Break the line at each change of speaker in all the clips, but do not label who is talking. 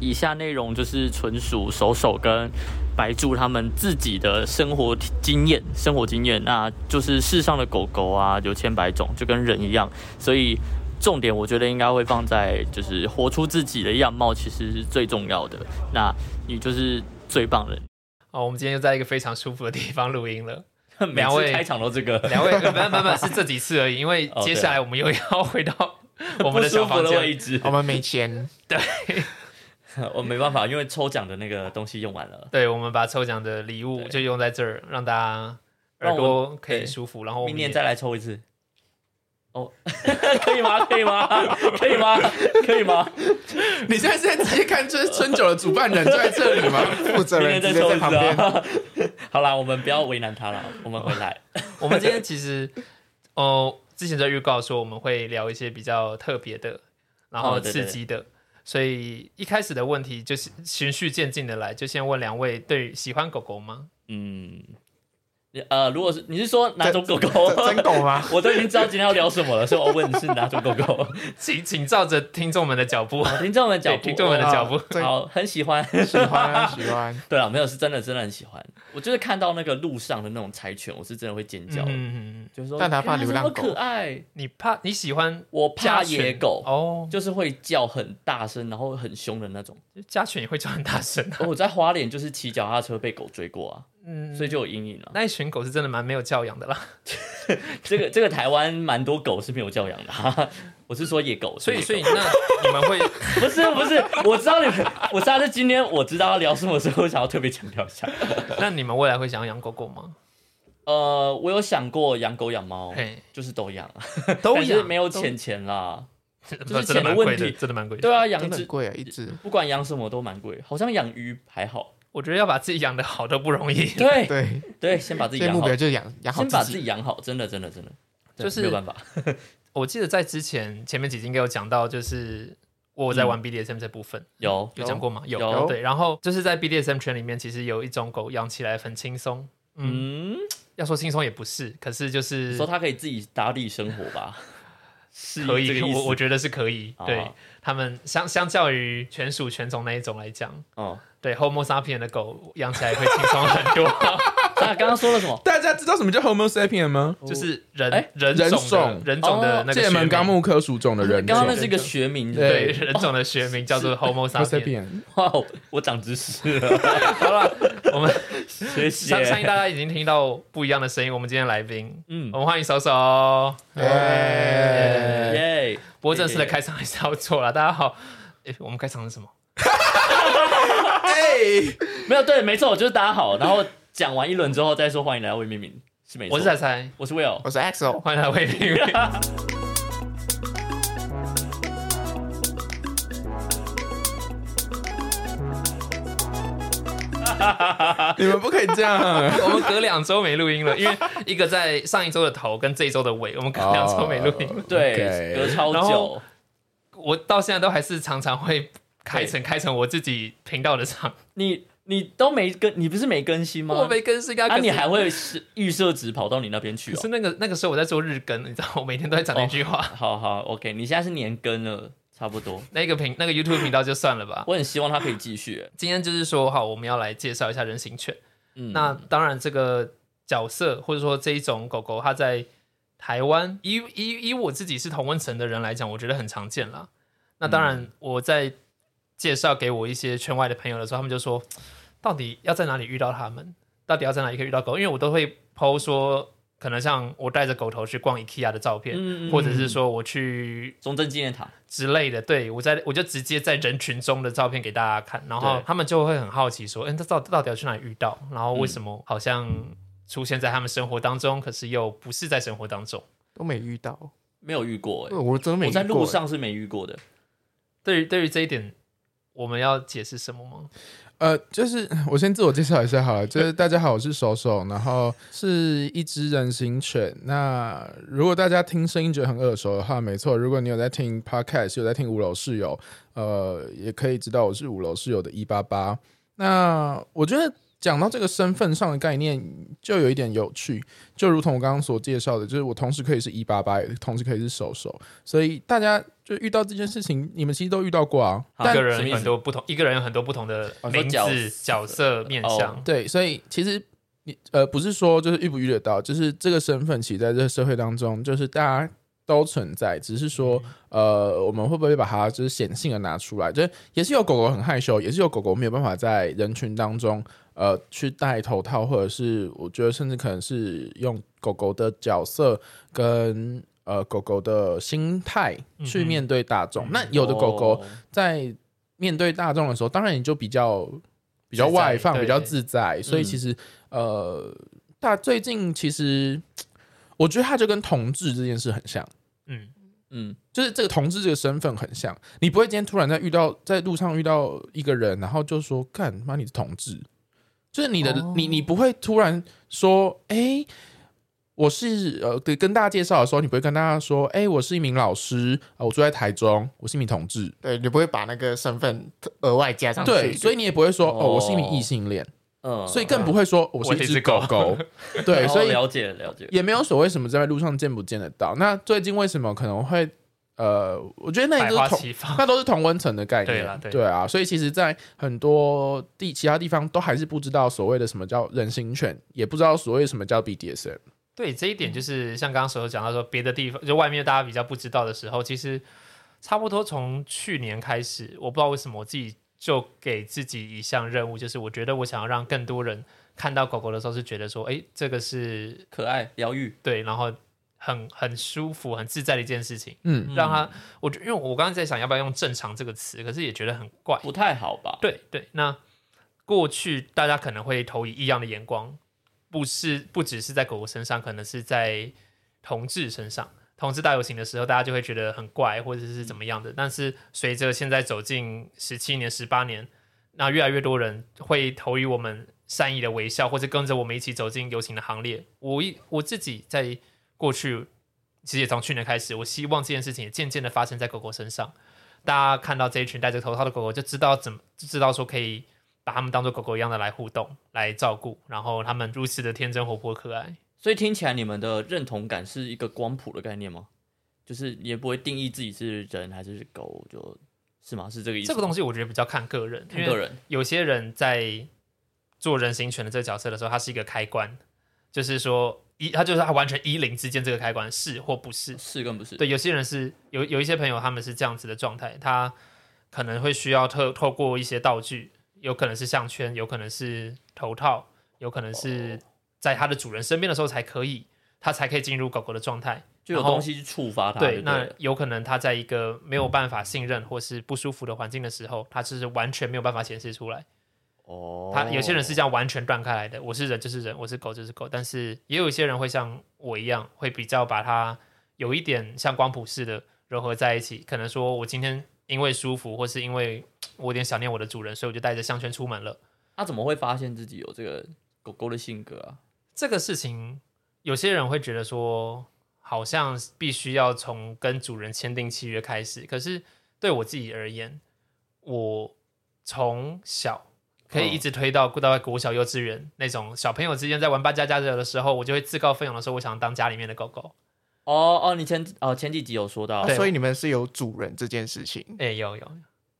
以下内容就是纯属手手跟白猪他们自己的生活经验，生活经验，那就是世上的狗狗啊，有千百种，就跟人一样，所以重点我觉得应该会放在就是活出自己的样貌，其实是最重要的。那你就是最棒的。
哦，我们今天就在一个非常舒服的地方录音了。
每
两位
次开场都这个，
两位，呃不不不，是这几次而已，因为
哦
接
对啊
下来我们又要 回到我们
不
的
舒
小
服
房
的位
间。
置，
我们没钱，
我没办法，因为抽奖的那个呃东西用完了。
对，我们把抽奖的礼物
对
就用在这儿，让大家
让
耳
我们
朵可以
对
舒服。然后我们
明年
也
再来抽一次。哦， 可以吗？可以吗？可以吗？可以吗？
你现在是在直接看春春酒的主办人坐在这里吗？ 负责
明
人
天
直
再
接
抽
在
一次
旁 边。
啊！好啦，我们不要为难他了，我们回来。
我们今天其实，哦，之前在预告说我们会聊一些比较特别的，然后
哦对对
刺激的，所以一开始的问题就是循序渐进的来，就先问两位对于喜欢狗狗吗？
嗯，呃，如果是你是说哪种狗狗？
真真狗吗？
我都已经知道今天要聊什么了，所以我问你是哪种狗狗？
请请照着听众们的脚步，
听众们脚步，
对听众们的脚步
啊真
好，很喜欢。
喜欢啊喜欢，
对了，没有是真的，真的很喜欢。我就是看到那个路上的那种柴犬，我是真的会尖叫，
嗯，
就是说，
但它怕
看
流浪
这么
狗
可爱。
你怕你喜欢
我怕
家犬
野狗，
哦，
就是会叫很大声，然后很凶的那种。
家犬也会叫很大声 啊，
而我在花莲就是骑脚踏车被狗追过啊，
嗯，
所以就有阴影了。
那一群狗是真的蛮没有教养的啦，
这个这个台湾蛮多狗是没有教养的、哈哈我是说野狗。
所以
是
所
野
以
狗
那你们会
不是不是，我知道你们，我知道在今天我知道要聊什么，所以我想要特别强调一下。
那你们未来会想要养狗狗吗？
呃，我有想过养狗养猫，
嘿，
就是都养，哦
都
但是
养
没有
都
钱钱啦。是
不真的
钱的
蛮
问
贵的，
题
真的蛮贵的。
对啊，养
真的很
只
贵啊，一只。
不管养什么都蛮贵，好像养鱼还 好。
我觉得要把自己养得好都不容易。
对
对，
对，先 把自己
所以
养
目
好
标，就是养养好
先把
自
自
己。
己养好，真的真的真的，对
就是
没有办法。
我记得在之前前面几集应该有讲到，就是我在玩 BDSM 这部分、
嗯有
有讲过吗？有
有
对。然后就是在 BDSM 圈里面，其实有一种狗养起来很轻松，嗯，
嗯，
要说轻松也不是，可是就是
说他可以自己打理生活吧？是
可
这
以，
个意思
我我觉得是可以。
啊
对他们相相较于犬属犬种那一种来讲，
哦，
对 Homo sapien 的狗养起来会轻松很 多，
那刚刚说了什 么？
大家知道什么叫 Homo sapien 吗？
就是人、
哎
人
人
种的
种哦
人种的那个
界
学
门
名
纲目科属种的人
刚
种
刚那是一个学名，对
对
不
人种的学名叫做 Homo
，Homo
sapien。
sapien。
对，哇哦，我长知识了，
好了，我 们
谢
相相信
谢。
大家已经听到不一样的声音。我们今天来宾，
嗯
我，们欢迎手手。
哎，
耶，
不过正
哎
式的开场还是要做了。大家好，诶，我们开场是什么？
哎
没有对，没错，就是大家好，然后讲完一轮之后再说欢迎来到魏明明，是没错。
我是彩彩，
我是 Will，
我是 XO，
欢迎来魏明明。。
你们不可以这样
我们隔两周没录音了，因为一个在上一周的头跟这一周的尾，我们隔两周没录音。
哦
对，
OK
隔超
然
久
后，我到现在都还是常常会开成开成我自己频道的场，
你你都没更，你不是没更新吗？
我没更新啊。
啊，
可是
你还会是预设值跑到你那边去
可
哦
是？那个那个时候我在做日更，你知道，我每天都在讲那句话。
好好，OK，你现在是年更了，差不多。
那个频那个 YouTube 频道就算了吧。
我很希望他可以继续。
今天就是说，好，我们要来介绍一下人形犬。
嗯，
那当然，这个角色或者说这一种狗狗，它在台湾以以以我自己是同温层的人来讲，我觉得很常见啦。那当然，
嗯
我在介绍给我一些圈外的朋友的时候，他们就说，到底要在哪里遇到他们？到底要在哪里可以遇到狗？因为我都会 PO 说，可能像我带着狗头去逛 IKEA 的照片，
嗯
或者是说我去
中正纪念堂，
之类的，对我在我就直接在人群中的照片给大家看，然后
对
他们就会很好奇说，嗯，这到到底要去哪里遇到？然
嗯
后为什么好像出现在他们生活当中，可是又不是在生活当中？
都没遇到，
没有遇过
嗯
哎、
我真的没
我
遇过。
在路
欸
上是没遇过的。
对于对于这一点，我们要解释什么吗？
呃，就是 我先自我介绍一下好了，就是大家好，我是手手，然后是一只人形犬。那如果大家听声音觉得很耳熟的话，没错，如果你有在听 podcast，有在听五楼室友，呃，也可以知道我是五楼室友的一八八。那我觉得讲到这个身份上的概念，就有一点有趣，就如同我刚刚所介绍的，就是我同时可以是一八八，同时可以是手手，所以大家就遇到这件事情，你们其实都遇到过啊。
好
一
但
个
什么
人
意思
很多不同，一个人有很多不同的
哦
名
角哦
字、角色、面相。
对，所以其实你呃不是说就是遇不遇得到，就是这个身份其实在这个社会当中，就是大家都存在，只是
嗯
说呃我们会不会把它就是显性的拿出来，就是也是有狗狗很害羞，也是有狗狗没有办法在人群当中呃去戴头套，或者是我觉得甚至可能是用狗狗的角色跟。呃，狗狗的心态去
嗯哼
面对大众，那有的狗狗
哦
在面对大众的时候，当然你就比较比较
自在
外放，
对
比较自在，所以其实、呃，大最近其实我觉得它就跟同志这件事很像，
嗯，
嗯，
就是这个同志这个身份很像，你不会今天突然在遇到在路上遇到一个人，然后就说干妈你是同志，就是你的、
哦
你你不会突然说哎。诶我是呃，对，跟大家介绍的时候，你不会跟大家说，哎、我是一名老师，啊、我住在台中，我是一名同志，
对你不会把那个身份额外加上去，
对，所以你也不会说
哦
哦，我是一名异性恋，
嗯，
所以更不会说我是一只狗狗。 对，所
哦
以
了解了解，
也没有所谓什么在路上见不见得到。那最近为什么可能会呃，我觉得那
百
也都
花
是同
齐放。
那都是同温层的概念，
对啦对
啊，所以其实，在很多地其他地方都还是不知道所谓的什么叫人形犬，也不知道所谓什么叫 BDSM。
对这一点，就是像刚刚所有讲到说，别的地方就外面大家比较不知道的时候，其实差不多从去年开始，我不知道为什么我自己就给自己一项任务，就是我觉得我想要让更多人看到狗狗的时候是觉得说，哎，这个是
可爱疗愈，
对，然后很很舒服、很自在的一件事情，
嗯，
让他，我觉因为我刚刚在想要不要用“正常”这个词，可是也觉得很怪，
不太好吧？
对对，那过去大家可能会投以异样的眼光，不是不只是在狗狗身上，可能是在同志身上。同志大游行的时候，大家就会觉得很怪，或者是怎么样的。但是随着现在走进十七年、十八年，那越来越多人会投以我们善意的微笑，或者跟着我们一起走进游行的行列。我一我自己在过去，其实也从去年开始，我希望这件事情也渐渐的发生在狗狗身上。大家看到这一群戴着头套的狗狗，就知道怎么就知道说可以把它们当做狗狗一样的来互动、来照顾，然后它们如此的天真、活泼、可爱。
所以听起来你们的认同感是一个光谱的概念吗？就是你也不会定义自己是人还是狗，就是吗？是这个意思
这
吗？
个东西我觉得比较看个人，因
个
为
人
有些人在做人形犬的这个角色的时候，它是一个开关，就是说一，它就是它完全一零之间这个开关是或不是。
是跟不是，
对，有些人是有有一些朋友他们是这样子的状态，他可能会需要透透过一些道具，有可能是项圈，有可能是头套，有可能是
哦
在它的主人身边的时候才可以，它才可以进入狗狗的状态。
就有
然后
东西去触发它就
对，
啊对，
那有可能它在一个没有办法信任或是不舒服的环境的时候，它就是完全没有办法显示出来。
哦，
他有些人是这样完全断开来的，我是人就是人，我是狗就是狗。但是也有一些人会像我一样，会比较把它有一点像光谱似的融合在一起。可能说我今天因为舒服，或是因为我有点想念我的主人，所以我就带着项圈出门了。
他怎么会发现自己有这个狗狗的性格啊？
这个事情，有些人会觉得说，好像必须要从跟主人签订契约开始。可是对我自己而言，我从小可以一直推到到国小、幼稚园那种小朋友之间在玩八家家酒的时候，我就会自告奋勇的说，我想当家里面的狗狗。
哦哦，你前哦前几集有说到，
啊
对
所以你们是有主人这件事情，
哎、有有，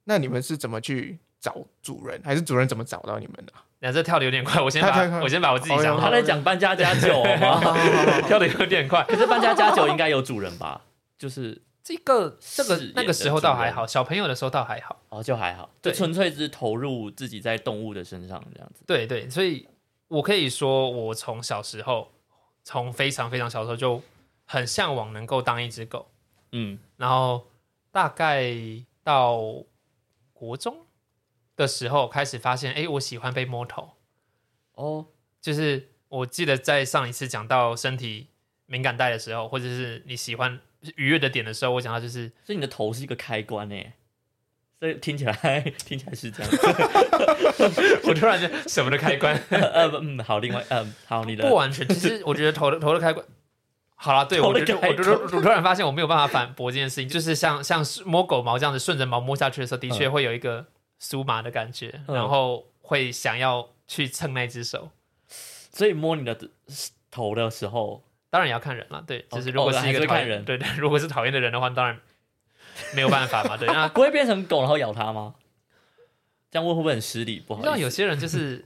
那你们是怎么去找主人，还是主人怎么找到你们的？
那这跳的有点快，我先
跳跳
把
跳
我先把我自己讲
他
好，
在讲搬家家酒 吗？
跳的有点快。
可是搬家家酒应该有主人吧？就是
这个这个
饰演
那个
的
时候
主
倒还
人
好，小朋友的时候倒还好。
哦，就还好，就
对
纯粹是投入自己在动物的身上这样子。
对对，所以我可以说，我从小时候，从非常非常小的时候就很向往能够当一只狗，
嗯，
然后大概到国中的时候开始发现，哎，我喜欢被摸头，
哦，
就是我记得在上一次讲到身体敏感带的时候，或者是你喜欢愉悦的点的时候，我讲到就是
所以你的头是一个开关呢，所以听起来听起来是这样。
我突然间 什么的开关，
呃不嗯，好，另外嗯，好，你的
不完全，其实我觉得头的头的开关。好了，对
头
我
的
觉得
开
我突
关
我突然发现我没有办法反驳这件事情，就是像像摸狗毛这样子顺着毛摸下去的时候，的确会有一个酥麻的感觉，
嗯
然后会想要去蹭那只手。
所以摸你的头的时候，
当然也要看人了，对，
哦
就是如果
哦
是一
还是
个
会
讨厌、
看人
对对，如果是讨厌的人的话，当然没有办法嘛，对，那
不会变成狗然后咬它吗？这样问会不会很失 礼？不
你知道
好意
有
思，
些人就是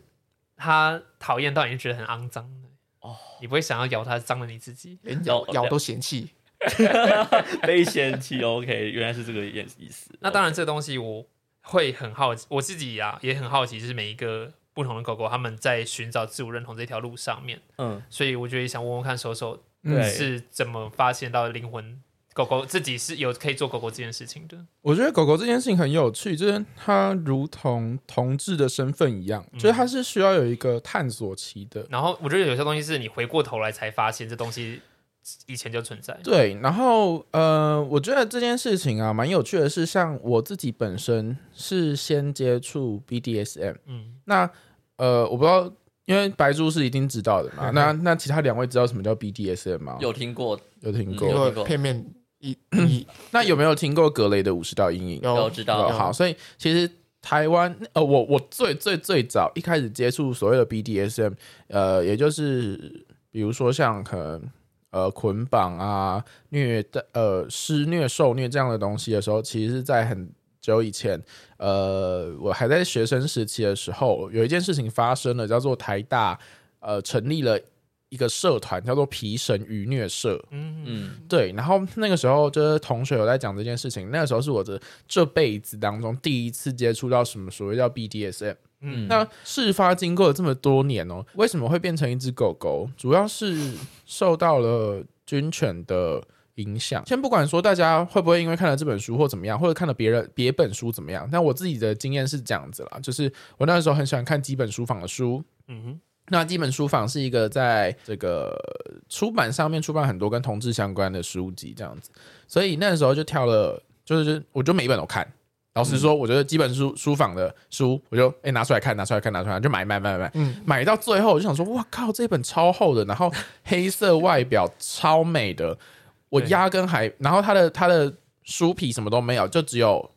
他讨厌到你就觉得很肮脏的
哦
你不会想要咬他脏了你自己。
连咬
了
咬都嫌弃，
被嫌弃。OK，原来是这个意意思。
那当然，这东西我会很好奇，我自己啊也很好奇，就是每一个不同的狗狗他们在寻找自我认同这条路上面，
嗯，
所以我觉得也想问问看手手
对
是怎么发现到灵魂狗狗自己是有可以做狗狗这件事情的。
我觉得狗狗这件事情很有趣，就是它如同同志的身份一样，就是它是需要有一个探索期的。
然后我觉得有些东西是你回过头来才发现这东西以前就存在。
对，然后呃，我觉得这件事情啊，蛮有趣的是，像我自己本身是先接触 BDSM，
嗯，
那呃，我不知道，因为白猪是一定知道的嘛，那那其他两位知道什么叫 BDSM 吗？
嗯有听过，
有听
有
过
嗯？
就
听过
片面一一
那有没有听过格雷的五十道阴影？
有
有
知
哦，
道嗯
好，所以其实台湾呃，我我最最最早一开始接触所谓的 BDSM，呃，也就是比如说像可能呃捆绑啊、虐待呃施虐、受虐这样的东西的时候，其实是在很久以前，呃，我还在学生时期的时候，有一件事情发生了，叫做台大呃成立了一个社团，叫做皮神愚虐社。
嗯，
嗯，
对，然后那个时候就是同学有在讲这件事情，那个时候是我的这辈子当中第一次接触到什么所谓叫 BDSM。
嗯
那事发经过了这么多年哦，为什么会变成一只狗狗？主要是受到了军犬的影响。先不管说大家会不会因为看了这本书或怎么样，或者看了别人别本书怎么样，但我自己的经验是这样子啦，就是我那时候很喜欢看基本书房的书，
嗯哼，
那基本书房是一个在这个出版上面出版很多跟同志相关的书籍这样子，所以那时候就挑了，就是我就每一本都看。老实说，我觉得基本书书房的书，我就哎、诶拿出来看，拿出来看，拿出来看就买买买买，
嗯
买到最后我就想说，哇靠，这本超厚的，然后黑色外表超美的，我
对
压根还，然后它的它的书皮什么都没有，就只有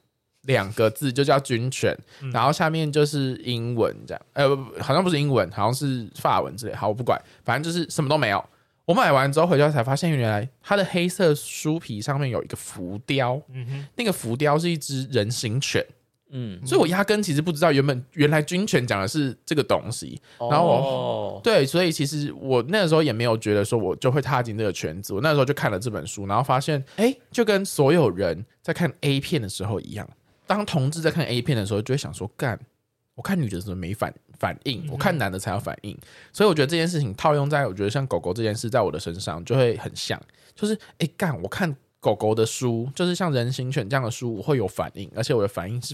两个字，就叫军犬。然后下面就是英文这样，呃，不不好像不是英文，好像是法文之类。好，我不管，反正就是什么都没有。我买完之后回家才发现，原来它的黑色书皮上面有一个浮雕，
嗯哼，
那个浮雕是一只人形犬，
嗯，
所以我压根其实不知道原本原来军犬讲的是这个东西。然后
我
对，所以其实我那个时候也没有觉得说我就会踏进这个圈子。我那时候就看了这本书，然后发现，哎，就跟所有人在看 A 片的时候一样，当同志在看 A 片的时候，就会想说，干，我看女的怎么没反反应，我看男的才有反应。所以我觉得这件事情套用在我觉得像狗狗这件事，在我的身上就会很像，就是哎干，我看狗狗的书，就是像人形犬这样的书，我会有反应，而且我的反应是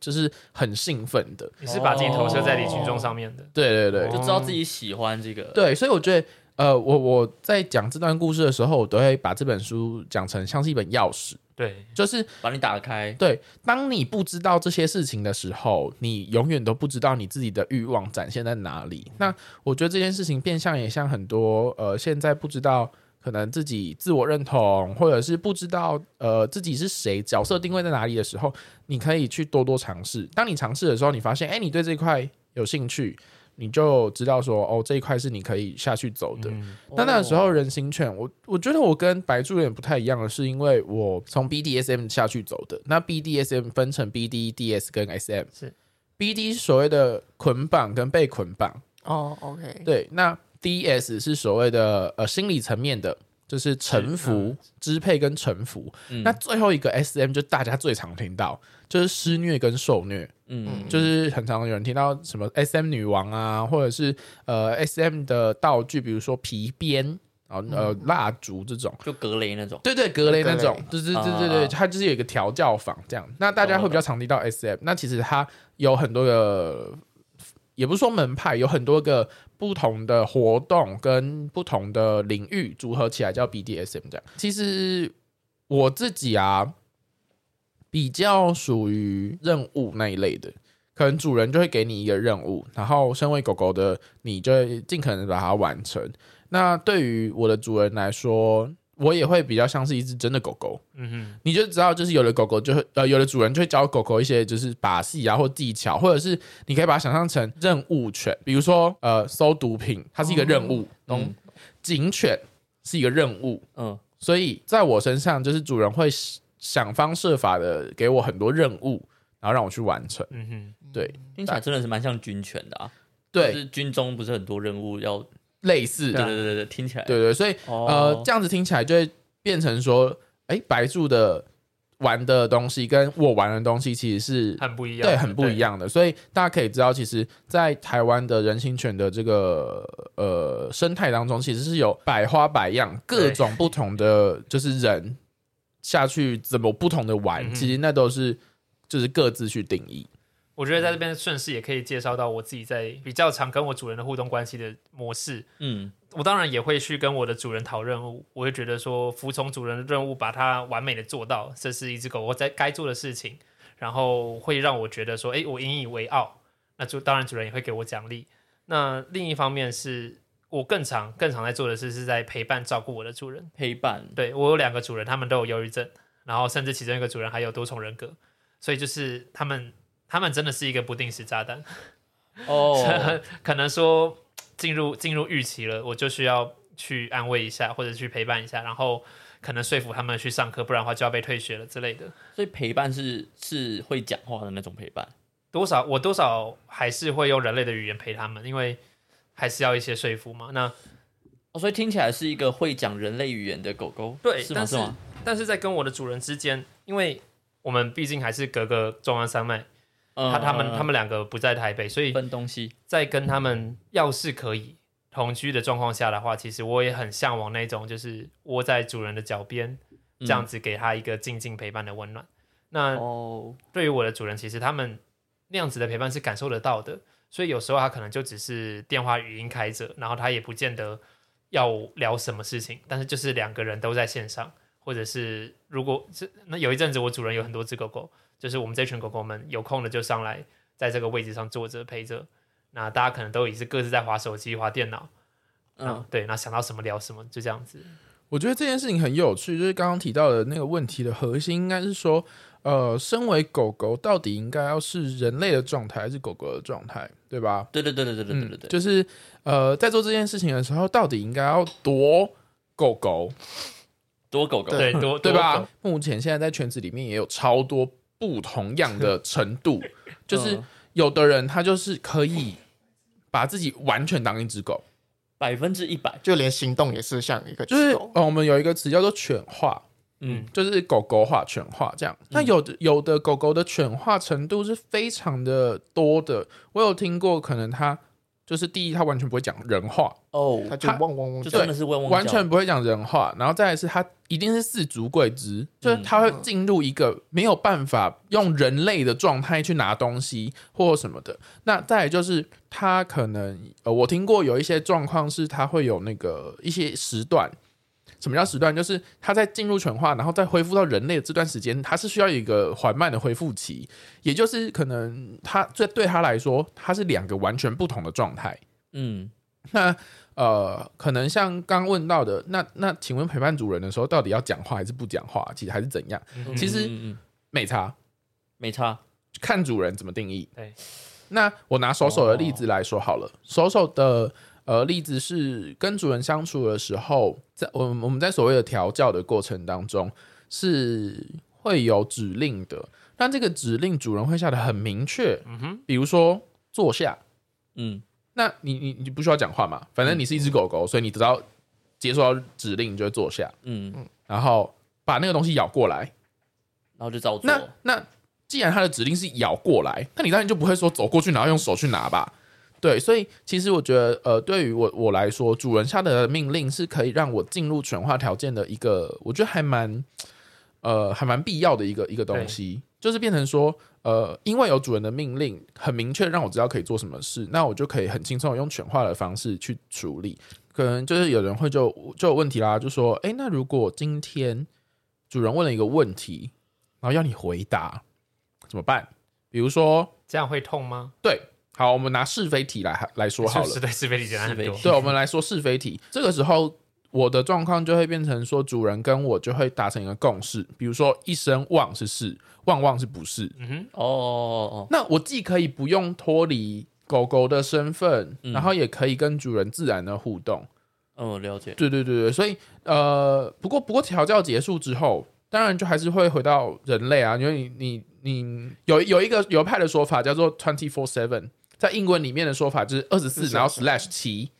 就是很兴奋的。
你是把自己投射在李群众上面的。
对对对，
就知道自己喜欢这个，，
对，所以我觉得，呃，我我在讲这段故事的时候，我都会把这本书讲成像是一本钥匙，
对，
就是
把你打开，
对，当你不知道这些事情的时候，你永远都不知道你自己的欲望展现在哪里。那我觉得这件事情变相也像很多呃，现在不知道。可能自己自我认同，或者是不知道呃自己是谁，角色定位在哪里的时候，你可以去多多尝试。当你尝试的时候，你发现哎、你对这一块有兴趣，你就知道说哦，这一块是你可以下去走的。
嗯
那那个时候
哦
人形犬，我我觉得我跟白柱有点不太一样的是，因为我从 BDSM 下去走的。那 BDSM 分成 BD、DS 跟 SM。
是
BD 是所谓的捆绑跟被捆绑，
哦，OK，
对。那 DS 是所谓的呃心理层面的，就是臣服、支配跟臣服。
嗯
那最后一个 SM 就大家最常听到，就是施虐跟受虐。
嗯，
就是很常有人听到什么 S M 女王啊，或者是呃 S M 的道具，比如说皮鞭啊、
嗯
呃蜡烛这种。
就格雷那种，
对对，格雷那种，对对
啊
对
啊
对对，
啊
它就是有一个调教坊这样。那大家会比较常听到 S M，那其实它有很多个，也不是说门派，有很多个不同的活动跟不同的领域组合起来叫 B D S M 这样。其实我自己啊，比较属于任务那一类的，可能主人就会给你一个任务，然后身为狗狗的你就会尽可能地把它完成。那对于我的主人来说，我也会比较像是一只真的狗狗。
嗯
你就知道，就是有的狗狗就会呃，有的主人就会教狗狗一些就是把戏啊或技巧，或者是你可以把它想象成任务犬，比如说呃搜毒品，它是一个任务，懂、警犬是一个任务，
嗯，
所以在我身上就是主人会想方设法的给我很多任务，然后让我去完成。
哼，嗯哼，
对
听起来真的是蛮像军犬的啊。就
对，
是军中不是很多任务要，
类似
对
的，
对对对，听起来，
对对，所以呃
哦，，
这样子听起来就会变成说，哎，白柱的玩的东西跟我玩的东西其实是
很不一样，
对，很不一样的。所以大家可以知道，其实，在台湾的人形犬的这个呃生态当中，其实是有百花百样、各种不同的就是人下去怎么不同的
嗯
玩，
哼
其实那都是就是各自去定义。
我觉得在这边顺势也可以介绍到我自己在比较常跟我主人的互动关系的模式。
嗯，
我当然也会去跟我的主人讨任务，我会觉得说服从主人的任务，把它完美的做到，这是一只狗狗在该做的事情，然后会让我觉得说，诶，我引以为傲。那就当然主人也会给我奖励。那另一方面是我更常更常在做的事是在陪伴照顾我的主人。
陪伴，
对我有两个主人，他们都有忧郁症，然后甚至其中一个主人还有多重人格，所以就是他们他们真的是一个不定时炸弹，
哦，
可能说进入进入预期了，我就需要去安慰一下或者去陪伴一下，然后可能说服他们去上课，不然的话就要被退学了之类的。
所以陪伴是是会讲话的那种陪伴，
多少我多少还是会用人类的语言陪他们，因为还是要一些说服嘛。那
哦，所以听起来是一个会讲人类语言的狗狗，
对，
是吗？
但是
是吗？
但是在跟我的主人之间，因为我们毕竟还是隔个中央山脉，
嗯
他他们
嗯
他们两个不在台北，所以
分东西，
在跟他们要是可以同居的状况下的话，其实我也很向往那种就是窝在主人的脚边，这
嗯
样子给他一个静静陪伴的温暖。那
哦，
对于我的主人，其实他们那样子的陪伴是感受得到的，所以有时候他可能就只是电话语音开着，然后他也不见得要聊什么事情，但是就是两个人都在线上，或者是如果是那有一阵子我主人有很多只狗狗，就是我们这群狗狗们有空了就上来在这个位置上坐着陪着，那大家可能都也是各自在划手机、划电脑，嗯
嗯，，
对，那想到什么聊什么，就这样 子，
我觉得这件事情很有趣，就是刚刚提到的那个问题的核心，应该是说，呃，身为狗狗到底应该要是人类的状态，还是狗狗的状态，对吧？
对对对对对对
嗯，
对对对，
就是呃，在做这件事情的时候，到底应该要多狗狗，
多狗狗，
对，多
对？
多
吧
狗？
目前现在在圈子里面也有超多不同样的程度，就是
嗯
有的人他就是可以把自己完全当一只狗，
百分之一百，
就连行动也是像一个
哦
就是
指头
呃，我们有一个词叫做犬化，
嗯，
就是狗狗化、犬化这样。那有的有的狗狗的犬化程度是非常的多的，我有听过，可能它就是第一，它完全不会讲人话，
哦，
它就
它
汪汪汪
就
叫
真的是汪汪叫
完全不会讲人话，然后再来是它一定是四足跪姿，就是它会进入一个没有办法用人类的状态去拿东西或什么的。那再来就是它可能呃，我听过有一些状况是它会有那个一些时段。什么叫时段？就是它在进入犬化，然后再恢复到人类的这段时间，它是需要有一个缓慢的恢复期，也就是可能它这对它来说，它是两个完全不同的状态。
嗯，
那呃，可能像刚问到的，那那请问陪伴主人的时候，到底要讲话还是不讲话？其实还是怎样？
嗯
其
嗯
实
嗯嗯
没差，
没差，
看主人怎么定义。
对，
那我拿手手的例子来说好了，手手的呃例子是跟主人相处的时候，在我们我们在所谓的调教的过程当中是会有指令的，那这个指令主人会下的很明确，
嗯哼，
比如说坐下，
嗯，
那你你你不需要讲话嘛，反正你是一只狗狗，所以你只要接受到指令，你就会坐下，
嗯，
然后把那个东西咬过来。
然后就照做。
那那既然它的指令是咬过来，那你当然就不会说走过去然后用手去拿吧。对，所以其实我觉得，呃，对于我我来说，主人下的命令是可以让我进入犬化条件的一个，我觉得还蛮，呃，还蛮必要的一个一个东西，就是变成说，呃，因为有主人的命令，很明确让我知道可以做什么事，那我就可以很轻松地用犬化的方式去处理。可能就是有人会就就有问题啦，就说，诶，那如果今天主人问了一个问题，然后要你回答，怎么办？比如说，
这样会痛吗？
对，好，我们拿是非题来来说好了
是。对，是非理解难
是
很
非
多
题，
对，我们来说是非题。这个时候，我的状况就会变成说，主人跟我就会达成一个共识，比如说一声旺是是，旺旺是不是？
嗯哼，
哦哦哦，
那我既可以不用脱离狗狗的身份，然后也可以跟主人自然的互动。
嗯，了解。
对对对对，所以呃，不过不过调教结束之后，当然就还是会回到人类啊，因为你你你有有一个有一派的说法叫做 twenty four seven，在英文里面的说法就是二十四，嗯然后 slash 七。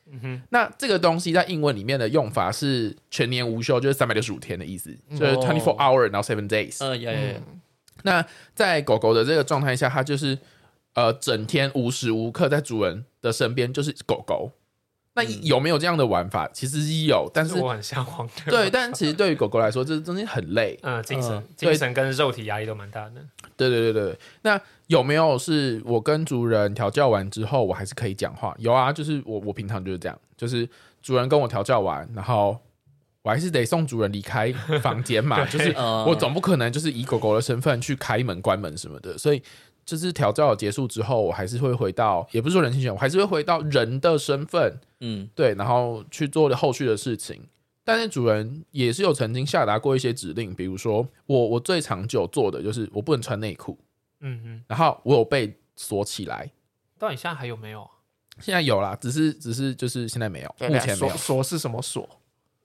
那这个东西在英文里面的用法是全年无休，就是三百六十五天的意思，就是
哦
twenty four hour，然后 seven days。
嗯，呀呀呀，
那在狗狗的这个状态下，它就是呃整天无时无刻在主人的身边，就是狗狗。那有没有这样的玩法？其实有，但是
这我很向往 的。
对，但其实对于狗狗来说，这东西很累。
嗯，精神
嗯、
精神跟肉体压力都蛮大的。
对对对对。对那有没有是我跟主人调教完之后，我还是可以讲话？有啊，就是我我平常就是这样，就是主人跟我调教完，然后我还是得送主人离开房间嘛，就是
呃，
我总不可能就是以狗狗的身份去开门、关门什么的，所以就是调教结束之后，我还是会回到，也不是说人性犬，我还是会回到人的身份，
嗯，
对，然后去做后续的事情。但是主人也是有曾经下达过一些指令，比如说我我最长久做的就是我不能穿内裤，
嗯嗯，
然后我有被锁起来，
到底现在还有没有？
现在有啦，只是只是就是现在没有，
对
目
对
前没
锁
有
锁是什么锁？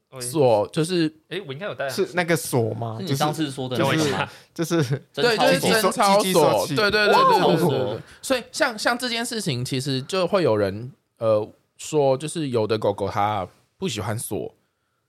哦锁，就是
哎，我应该有带啊。
是那个锁吗？
是
就
你
是
嗯上次说的
就是
那个吗？
就是
对，
真操
就是
作
贞操
机器哦手
所，对对
机手机
对对对对对
哇
对。所以像像这件事情，其实就会有人呃说，就是有的狗狗它不喜欢锁，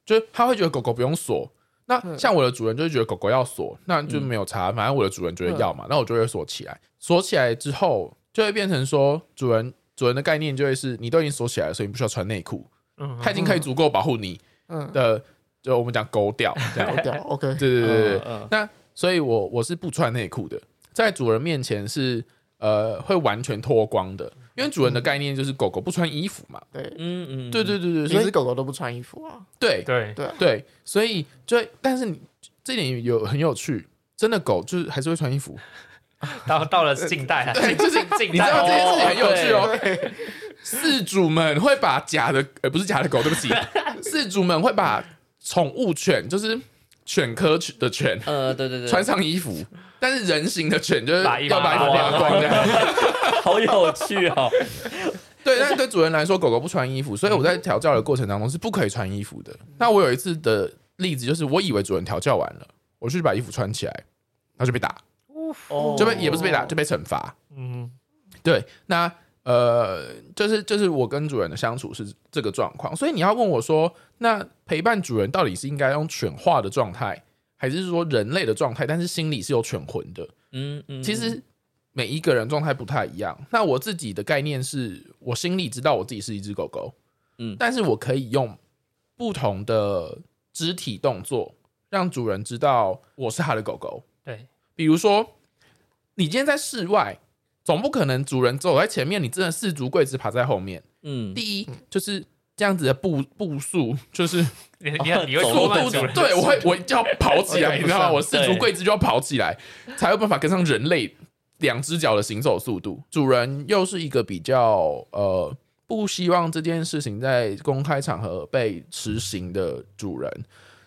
就是它会觉得狗狗不用锁。那像我的主人就会觉得狗狗要锁，那
嗯
就没有差，反正我的主人觉得要嘛，那我就会锁起来。锁起来之后，就会变成说主人主人的概念就会是你都已经锁起来了，所以你不需要穿内裤，
嗯，
它已经可以足够保护你
嗯，
的，就我们讲狗屌这样。
丢掉 OK，
对对对对对。
嗯，
那所以我我是不穿内裤的，在主人面前是呃会完全脱光的，因为主人的概念就是狗狗不穿衣服嘛。
对，
嗯嗯，
对对对对，所
每只
以
狗狗都不穿衣 服啊，
对
对，
对，所以就但是你这点有很有趣，真的狗就是还是会穿衣服，
到到了近 代，就是近
你知道这
代
件事情很有趣哦。
对，
饲主们会把假的呃不是假的狗，对不起，饲主们会把宠物犬就是犬科的犬
呃，对对对，
穿上衣服，但是人形的犬就是
把衣服
要把衣服
扒
扒
光
光这样。
好有趣哦。
对，但是对主人来说，狗狗不穿衣服，所以我在调教的过程当中是不可以穿衣服的。那我有一次的例子就是，我以为主人调教完了，我去把衣服穿起来，然后就被打，
哦，
就被也不是被打，就被惩罚。
嗯，
对，那呃，就是就是我跟主人的相处是这个状况，所以你要问我说，那陪伴主人到底是应该用犬化的状态，还是说人类的状态？但是心里是有犬魂的。
嗯嗯，
其实每一个人状态不太一样。那我自己的概念是我心里知道我自己是一只狗狗，
嗯
但是我可以用不同的肢体动作让主人知道我是他的狗狗。
对，
比如说，你今天在室外，总不可能主人走在前面，你真的四足跪姿爬在后面。
嗯，
第一就是。这样子的步步速就是
你
哦
你很你会
走
拖
路
慢
速
主
度
人，，
对我会我就要跑起
我
来，
也
你
不
知道吗？
上
我四足
对
跪姿就要跑起来，才有办法跟上人类两只脚的行走速度。主人又是一个比较呃不希望这件事情在公开场合被实行的主人，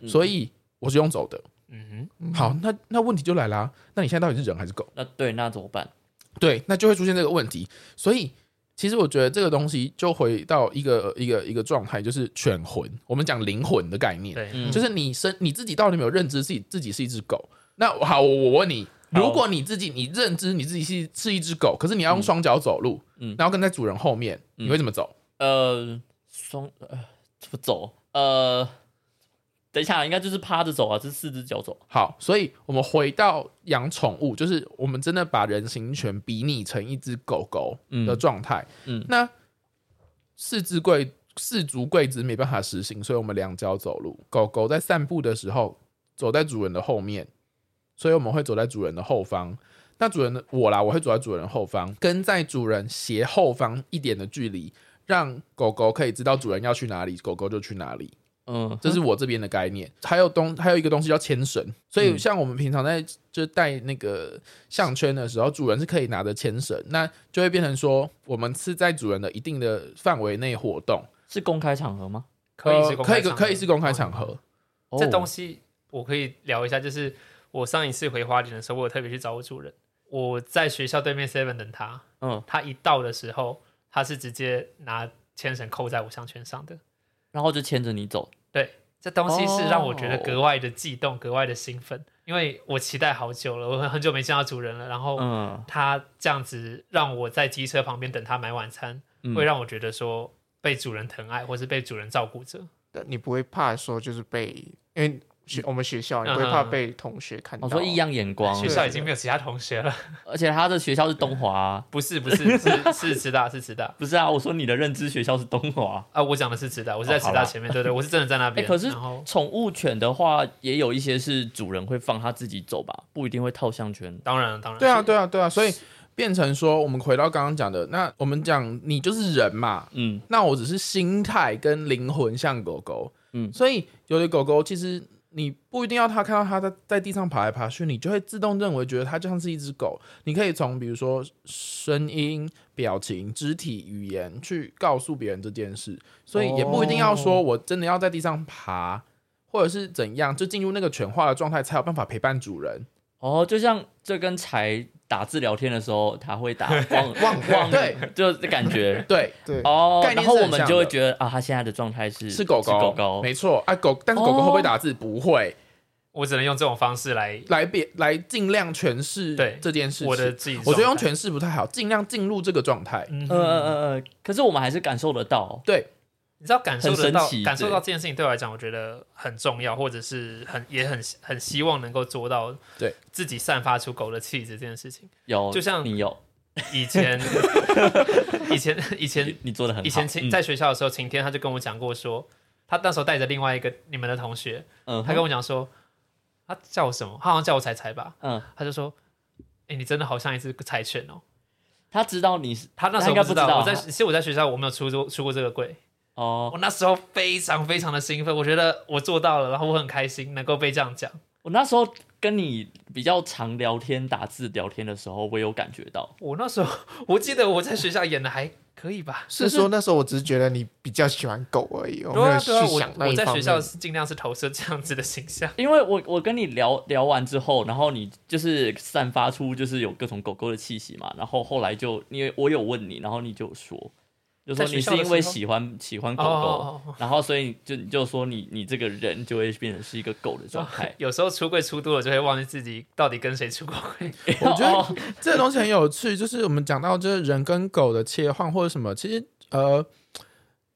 嗯
所以我是用走的。
嗯
好，那那问题就来啦，那你现在到底是人还是狗？
那对，那怎么办？
对，那就会出现这个问题。所以，其实我觉得这个东西就回到一个一个一个状态，就是犬魂，我们讲灵魂的概
哼，
念，
对，
嗯，
就是你身你自己到底有没有认知自己自己是一只狗？那好，我我问你，
好
如果你自己你认知你自己是是一只狗，可是你要用双脚走路，
嗯
然后跟在主人后面，你会怎么走？
呃，双呃怎么走？呃，等一下，应该就是趴着走啊，就是四只脚走。
好，所以我们回到养宠物，就是我们真的把人形犬比拟成一只狗狗的状态。
嗯
那四肢跪四足跪姿没办法实行，所以我们两脚走路。狗狗在散步的时候走在主人的后面，所以我们会走在主人的后方。那主人的我啦，我会走在主人的后方，跟在主人斜后方一点的距离，让狗狗可以知道主人要去哪里，狗狗就去哪里。
嗯，
这是我这边的概念。还有东，还有一个东西叫牵绳，所
嗯
以像我们平常在就带那个项圈的时候，主人是可以拿着牵绳，那就会变成说，我们是在主人的一定的范围内活动。
是公开场合吗？
可以
呃
是公
可
开
以
场合哦
可以是公开场合，哦
这东
西
西我可以聊一下，就是我上一次回花莲的时候，我有特别去找我主人，我在学校对面 Seven 等他，
嗯，
他一到的时候，他是直接拿牵绳扣在我项圈上的，
然后就牵着你走，
这东西是让我觉得
哦
格外的悸动，格外的兴奋，因为我期待好久了，我很很久没见到主人了，然后
嗯，
他这样子让我在机车旁边等他买晚餐，
嗯
会让我觉得说被主人疼爱，或是被主人照顾着。
但你不会怕说就是被，因为学我们学校，你不会
嗯
怕被同学看到。啊
我说异样眼光，
学校已经没有其他同学了，
而且哦他的学校是东华啊、
不是不是是 是直大是直大
不是啊，我说你的认知学校是东华。
啊，我讲的是直大，我是
哦
在直
好啦
大前面，对对，我是真的在那
哎、
边。
可是
然后
宠物犬的话，也有一些是主人会放它自己走吧，不一定会套项圈。
当然了当然，
对啊，对啊，对啊，所以变成说，我们回到刚刚讲的，那我们讲你就是人嘛，
嗯，
那我只是心态跟灵魂像狗狗，
嗯
嗯，所以有的狗狗其实你不一定要它看到它在在地上爬来爬去，你就会自动认为觉得它就像是一只狗。你可以从比如说声音、表情、肢体语言去告诉别人这件事，所以也不一定要说我真的要在地上爬。或者是怎样，就进入那个犬化的状态，才有办法陪伴主人。
哦，就像这跟柴打字聊天的时候，他会打忘忘忘，
对，
就是感 觉
对，
对，
哦。
概
然
念是
后我
很
们
像
就会
的
觉得啊，他现在的状态是
是狗狗，
狗狗，
没错啊。狗，但是狗狗会不会
哦
打字？不会，
我只能用这种方式来
来别来尽量诠释
对
这件事情。
我的自己状态。
我觉得用诠释不太好，尽量进入这个状态。
嗯
呃呃呃呃，可是我们还是感受得到。
对，
你知道感受得
很
到
神奇
感受到这件事情对我来讲，我觉得很重要，或者是很也很很希望能够做到，
对
自己散发出狗的气质这件事情。
有，
就像
你有，
以 前以前以前
你你做的很好。
以前晴
嗯
在学校的时候，晴天他就跟我讲过说，他那时候带着另外一个你们的同学，
嗯，
他跟我讲说，他叫我什么？他好像叫我彩彩吧，
嗯，
他就说，哎，你真的好像一只柴犬哦。
他知道你是
他那时候
应该
知
不知道
我在
他
其实我在学校我没有出过出过这个柜，
哦，
我那时候非常非常的兴奋，我觉得我做到了，然后我很开心能够被这样讲。
我那时候跟你比较常聊天、打字聊天的时候，我有感觉到，
我那时候我记得我在学校演的还可以吧。
是说那时候我只是觉得你比较喜欢狗而已，我
对
没
啊，
有去
对啊，
想
我
那
我
一
在
方
学校
面。
是尽量是投射这样子的形象。
因为我我跟你聊聊完之后，然后你就是散发出就是有各种狗狗的气息嘛，然后后来就因为我有问你，然后你就有说，就说
在学
你
校
是
的
因为
时候
喜欢喜欢狗
哦哦。
狗，然后所以就你就说你你这个人就会变成是一个狗的状态
有时候出柜出多了，就会忘记自己到底跟谁出过柜。
我觉得
哦
这个东西很有趣，就是我们讲到就是人跟狗的切换或者什么，其实呃，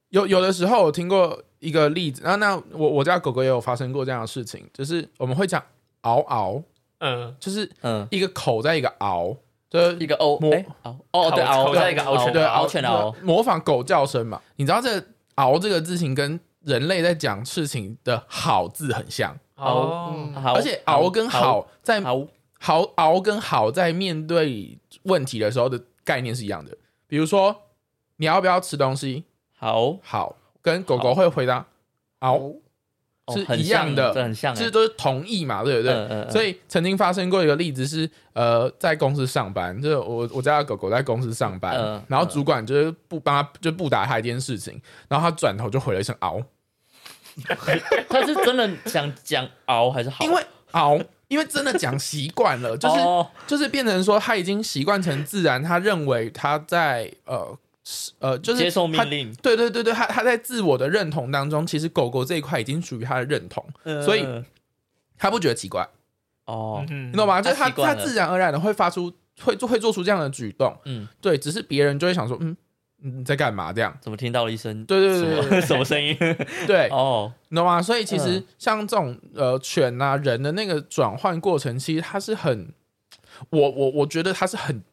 有有的时候我听过一个例子，那那我我家狗狗也有发生过这样的事情，就是我们会讲嗷嗷，
嗯，
就是
嗯，
一个口在一个嗷，就是
一个凹
摸
哎凹哦对
口
凹
口在一个凹
凹
圈
对
对
凹圈的凹，
模仿狗叫声嘛。你知道这“嗷”这个字形跟人类在讲事情的“好”字很像，
哦，
好
嗯而且“嗷”跟“好”在
好
“好”“嗷”跟“好”在面对问题的时候的概念是一样的。比如说，你要不要吃东西？
好
好，跟狗狗会回答“嗷
哦
是
很
一样
像
的
这很”，像哎
这都是同义嘛，对不对？
嗯嗯嗯
所以曾经发生过一个例子是，呃，在公司上班，就是我我家的狗狗在公司上班，
嗯
然后主管就是不帮他，就不打他一件事情，然后他转头就回了一声嗷，
他是真的想讲凹还是好？
因为嗷，因为真的讲习惯了，就是、
哦
就是变成说他已经习惯成自然，他认为他在呃是呃就是
接受
他
命令，
对对对对，他他在自我的认同当中，其实狗狗这一块已经属于他的认同，呃所以
嗯
他不觉得奇怪。
哦，
嗯
你懂？吗？
他
就是他
习惯
他
了
自然而然的会发出会做会做出这样的举动，
嗯，
对，只是别人就会想说，嗯，你在干嘛这样？
怎么听到了一声？
对对
什
对对
么 什么 声音？
对 对，
哦，
你懂吗？所以其实
嗯
像这种呃犬啊人的那个转换过程，其实它是很，我我我觉得它是很。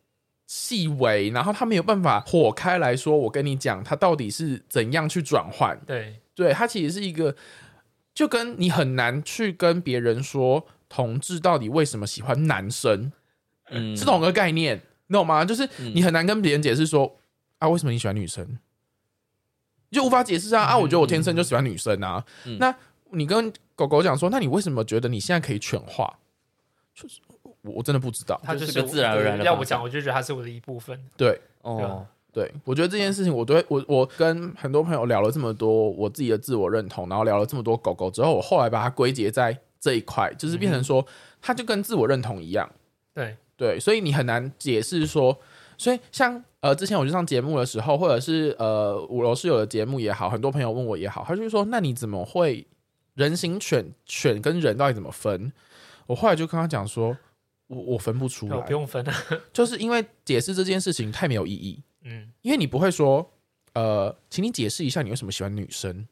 细微，然后它没有办法火开来说，我跟你讲，它到底是怎样去转换？
对，
对，它其实是一个，就跟你很难去跟别人说同志到底为什么喜欢男生，
嗯，
是同个概念，你懂吗？就是
嗯
你很难跟别人解释说啊，为什么你喜欢女生，你就无法解释啊啊！我觉得我天生就喜欢女生啊。
嗯
那你跟狗狗讲说，那你为什么觉得你现在可以犬化？就是我我真的不知道，
他
就是
是
个自然而然的
要
方
我
向
讲，我就觉得他是我的一部分。
对啊
哦，
对，我觉得这件事情，我都会我我跟很多朋友聊了这么多我自己的自我认同，然后聊了这么多狗狗之后，我后来把它归结在这一块，就是变
嗯
成说，它就跟自我认同一样。
对
对，所以你很难解释说，所以像呃之前我去上节目的时候，或者是呃五楼室友的节目也好，很多朋友问我也好，他就说，那你怎么会人形犬犬跟人到底怎么分？我后来就跟他讲说，我我分不出
对，我
来
不，用分啊。
就是因为解释这件事情太没有意义。
嗯，
因为你不会说，呃，请你解释一下你为什么喜欢女生，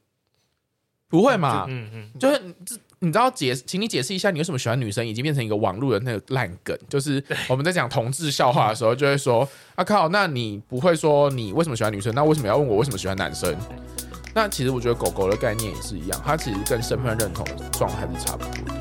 不会嘛？
嗯嗯，
就是你这你知道解，请你解释一下你为什么喜欢女生，已经变成一个网络的那个烂梗。就是我们在讲同志笑话的时候，就会说，啊靠，那你不会说你为什么喜欢女生，那为什么要问我为什么喜欢男生？那其实我觉得狗狗的概念也是一样，它其实跟身份认同的状态是差不多的。